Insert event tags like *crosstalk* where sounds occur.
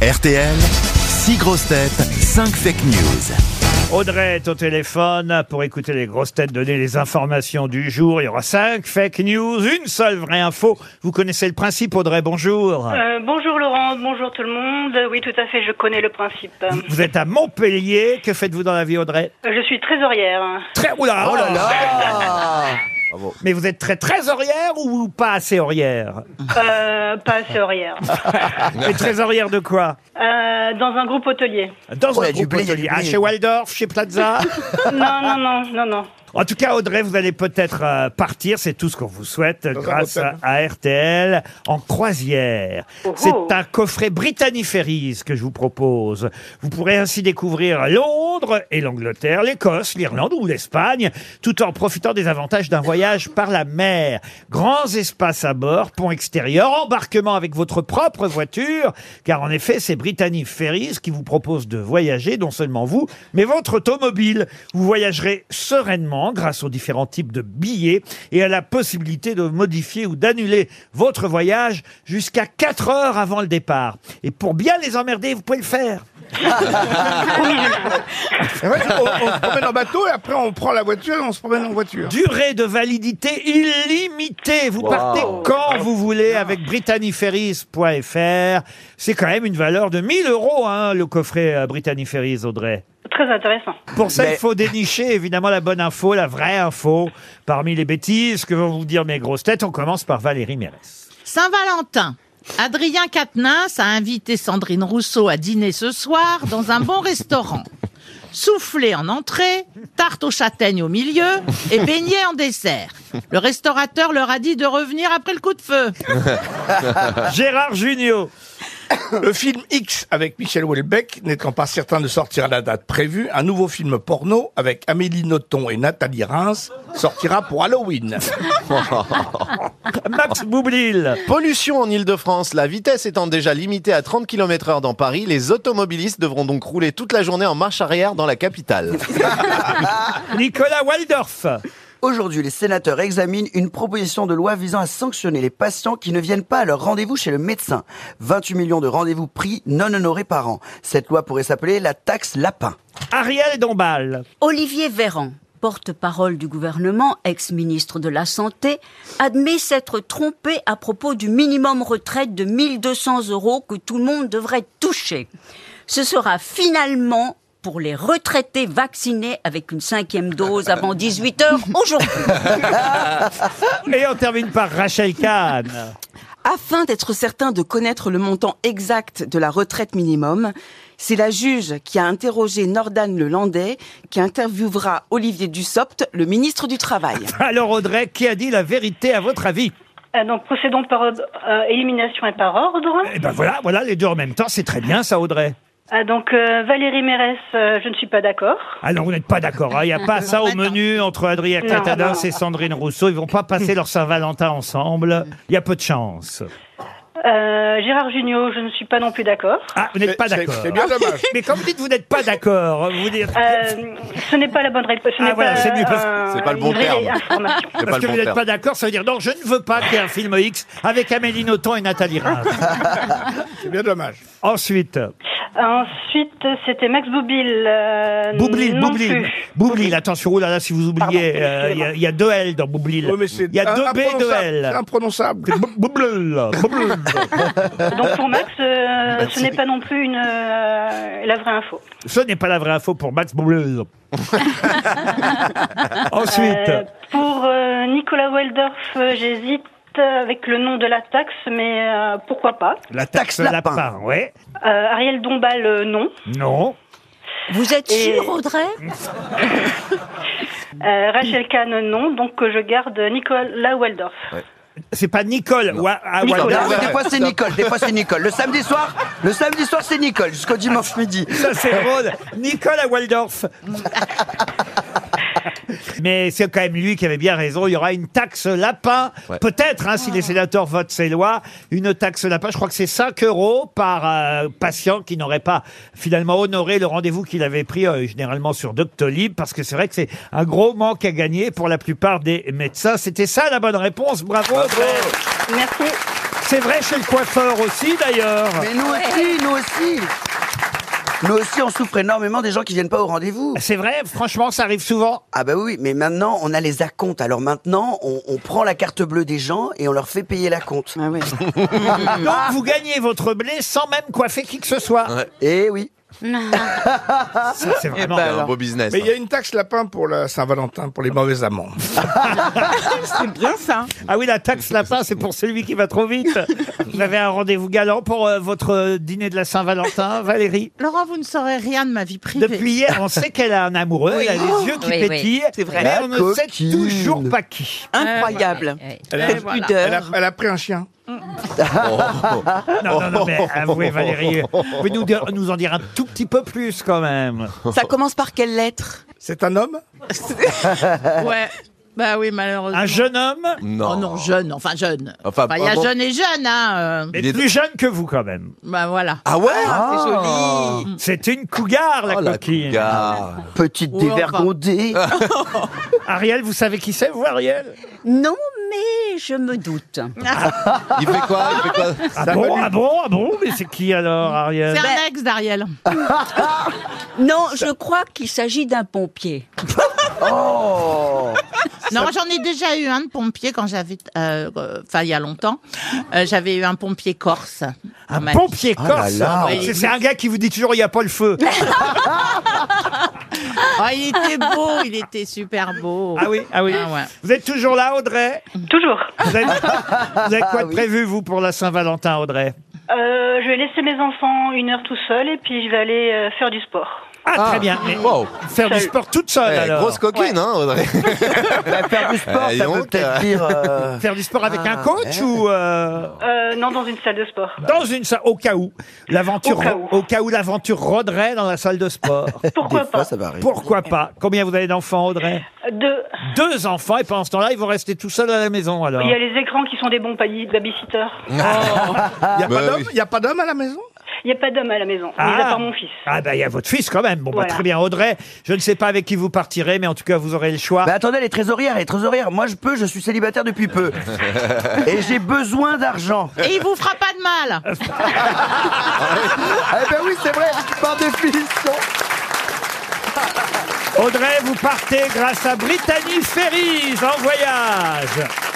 RTL, 6 grosses têtes, 5 fake news. Audrey est au téléphone pour écouter les grosses têtes donner les informations du jour. Il y aura cinq fake news, une seule vraie info. Vous connaissez le principe, Audrey, bonjour. Euh, bonjour Laurent, bonjour tout le monde. Oui, tout à fait, je connais le principe. Vous- Vous êtes à Montpellier. Que faites-vous dans la vie, Audrey Euh, Je suis trésorière. hein. Très... Oula, Oh là là Mais vous êtes très trésorière ou pas assez aurière Euh, pas assez horaire. Ah, Mais trésorière de quoi Euh, dans un groupe hôtelier. Dans Oh, il y un a du groupe blé, il y a hôtelier. du Ah, blé. chez Waldorf, chez Plaza Non, non, non, non, non. En tout cas, Audrey, vous allez peut-être euh, partir, c'est tout ce qu'on vous souhaite, euh, grâce à, à RTL, en croisière. Oh, oh. C'est un coffret Brittany Ferries que je vous propose. Vous pourrez ainsi découvrir Londres et l'Angleterre, l'Écosse, l'Irlande ou l'Espagne, tout en profitant des avantages d'un voyage par la mer. Grands espaces à bord, pont extérieur, embarquement avec votre propre voiture, car en effet, c'est Brittany Ferries qui vous propose de voyager, non seulement vous, mais votre automobile. Vous voyagerez sereinement grâce aux différents types de billets et à la possibilité de modifier ou d'annuler votre voyage jusqu'à 4 heures avant le départ. Et pour bien les emmerder, vous pouvez le faire. Ouais, on, on se promène en bateau et après on prend la voiture et on se promène en voiture. Durée de validité illimitée. Vous partez quand vous voulez avec britanniferries.fr. C'est quand même une valeur de 1000 euros, hein, le coffret euh, Brittany Ferries, Audrey. Très intéressant. Pour ça, Mais- il faut dénicher évidemment la bonne info, la vraie info, parmi les bêtises que vont vous dire mes grosses têtes. On commence par Valérie Mérès. Saint-Valentin. Adrien Quatennens a invité Sandrine Rousseau à dîner ce soir dans un bon restaurant. Soufflé en entrée, tarte aux châtaignes au milieu et beignet en dessert. Le restaurateur leur a dit de revenir après le coup de feu. Gérard Junior. *laughs* Le film X avec Michel Houellebecq n'étant pas certain de sortir à la date prévue, un nouveau film porno avec Amélie Nothomb et Nathalie Reims sortira pour Halloween. *laughs* Max Boublil. Pollution en Ile-de-France. La vitesse étant déjà limitée à 30 km heure dans Paris, les automobilistes devront donc rouler toute la journée en marche arrière dans la capitale. Nicolas Waldorf. Aujourd'hui, les sénateurs examinent une proposition de loi visant à sanctionner les patients qui ne viennent pas à leur rendez-vous chez le médecin. 28 millions de rendez-vous pris non honorés par an. Cette loi pourrait s'appeler la taxe lapin. Ariel Dombal. Olivier Véran, porte-parole du gouvernement, ex-ministre de la Santé, admet s'être trompé à propos du minimum retraite de 1200 euros que tout le monde devrait toucher. Ce sera finalement pour les retraités vaccinés avec une cinquième dose avant 18 heures aujourd'hui. Et on termine par Rachel Kahn. Afin d'être certain de connaître le montant exact de la retraite minimum, c'est la juge qui a interrogé Nordan Le Landais qui interviewera Olivier Dussopt, le ministre du Travail. Alors Audrey, qui a dit la vérité à votre avis Euh, donc procédons par ordre- euh, élimination et par ordre. Eh ben voilà, voilà les deux en même temps, c'est très bien ça Audrey. Ah, donc euh, Valérie Mérès, euh, je ne suis pas d'accord. Alors vous n'êtes pas d'accord, hein, il n'y a pas ça au menu entre Adrien Non, Catadins non. et Sandrine Rousseau, ils vont pas passer leur Saint-Valentin ensemble, il y a peu de chance. Euh, Gérard Junior, je ne suis pas non plus d'accord. Ah, vous n'êtes pas C'est- d'accord. C'est bien dommage. Mais quand vous dites vous n'êtes pas d'accord, vous dites... Euh, ce n'est pas la bonne réponse. Ce Ah, n'est voilà, pas, c'est mieux, parce que euh, c'est pas le bon une vraie terme. information. C'est Parce que bon vous n'êtes terme. pas d'accord, ça veut dire non, je ne veux pas qu'il y ait un film X avec Amélie Nothomb et Nathalie Reims. *laughs* C'est bien *laughs* dommage. Ensuite, Euh, Ensuite, c'était Max Boublil. euh, Boublil, non Boublil, plus. Boublil, attention, oh là là, si vous oubliez, Pardon, euh, il y a- il y, a deux L dans Boublil. Ouais, mais c'est Il y a un- deux B, deux imprononçable, L. c'est imprononçable. Bou- Boublil, Boublil. Ah. Donc pour Max, euh, Bah, ce n'est pas non plus une, euh, la vraie info. Ce n'est pas la vraie info pour Max *laughs* Boublil. Ensuite, Euh, pour euh, Nicolas Weldorf, euh, j'hésite avec le nom de la taxe, mais euh, pourquoi pas. la taxe lapin. ouais. Euh, Ariel Dombal, euh, non. Non. Vous êtes Et- sûr, Audrey Euh, Rachel Kahn, non. Donc euh, je garde Nicolas Weldorf. C'est pas Nicole. Wa- ah, Nicolas. Waldorf. Non, oui, des fois c'est Nicole, des fois c'est Nicole. Le samedi soir, le samedi soir c'est Nicole jusqu'au dimanche midi. Ça, c'est drôle. Nicolas Waldorf. Mais c'est quand même lui qui avait bien raison. Il y aura une taxe lapin. Peut-être, hein, si les sénateurs votent ces lois, une taxe lapin. Je crois que c'est 5 euros par euh, patient qui n'aurait pas finalement honoré le rendez-vous qu'il avait pris euh, généralement sur Doctolib. Parce que c'est vrai que c'est un gros manque à gagner pour la plupart des médecins. C'était ça la bonne réponse. Bravo. Audrey. Merci. C'est vrai chez le coiffeur aussi, d'ailleurs. Mais nous aussi, nous aussi Nous aussi, on souffre énormément des gens qui viennent pas au rendez-vous. C'est vrai, franchement, ça arrive souvent. Ah bah oui, mais maintenant, on a les acomptes. Alors maintenant, on, on prend la carte bleue des gens et on leur fait payer la compte. Ah ouais. Donc, vous gagnez votre blé sans même coiffer qui que ce soit. *laughs* Eh oui Ça, C'est vraiment... C'est un beau business. Mais il y hein. a une taxe lapin pour la Saint-Valentin, pour les mauvais *laughs* amants. C'est bien ça. Ah oui, la taxe lapin, c'est pour celui qui va trop vite. Vous avez un rendez-vous galant pour euh, votre euh, dîner de la Saint-Valentin, Valérie Laurent, vous ne saurez rien de ma vie privée. Depuis hier, on sait qu'elle a un amoureux, elle a les yeux qui Oui, oui. pétillent, C'est vrai. mais La on ne sait coquine. toujours pas qui. Incroyable. Ouais. Elle a, Cette Eh, voilà. elle a- pudeur. elle a pris un chien. Non, non, non, mais avouez Valérie, vous pouvez nous, dire- nous en dire un tout petit peu plus quand même. Ça commence par quelle lettre C'est un homme Ouais. Bah oui, malheureusement. Un jeune homme, Non. Oh non, jeune, enfin jeune. Enfin, Enfin, il y a vraiment- jeune et jeune, hein. euh, mais Il est- plus jeune que vous quand même. bah voilà. Ah ouais Ah. C'est une cougar, la Oh, la coquine. cougar. Petite Ouais, enfin. dévergondée Ariel, vous savez qui c'est, vous, Ariel Non, mais je me doute. Il fait quoi Il fait quoi Ah bon, ah bon, ah bon, mais c'est qui alors, Ariel C'est un ex d'Ariel. Non, je crois qu'il s'agit d'un pompier. Non, j'en ai déjà eu un de pompier quand j'avais, euh, euh, enfin il y a longtemps. Euh, j'avais eu un pompier corse. Un Ouais. pompier Ah là corse là. C'est- C'est un gars qui vous dit toujours il n'y a pas le *laughs* feu. Ah, il était beau, il était super beau. Ah oui, ah oui. Ah ouais. Vous êtes toujours là, Audrey Toujours. Vous avez, vous avez quoi de prévu, vous, pour la Saint-Valentin, Audrey Euh, je vais laisser mes enfants une heure tout seul et puis je vais aller euh, faire du sport. ah, très bien. Mais Wow. Faire du sport toute seule, Eh, alors. grosse coquine, hein, Audrey. Faire du sport, Eh, dis ça peut donc, euh. peut-être dire... *laughs* euh, Faire du sport avec un coach ou euh, Euh, non, dans une salle de sport. dans une salle au cas où l'aventure Au cas où. au cas où l'aventure rôderait dans la salle de sport. Pourquoi des fois, pas ça va arriver. Pourquoi pas Combien vous avez d'enfants, Audrey Deux, Deux enfants et pendant ce temps-là, ils vont rester tout seuls à la maison alors. il y a les écrans qui sont des bons baby- babysitters. Il n'y a, Bah pas d'homme- oui. il y a pas d'homme à la maison Il n'y a pas d'homme à la maison, Ah. mis à part mon fils. Ah bah il y a votre fils quand même. Bon Voilà. bah très bien Audrey, je ne sais pas avec qui vous partirez mais en tout cas vous aurez le choix. Bah attendez, les trésorières, les trésorières, moi je peux, je suis célibataire depuis peu. Et j'ai besoin d'argent. Et il vous fera pas de mal. Eh ben oui, c'est vrai, par définition. Audrey, vous partez grâce à Brittany Ferries en voyage.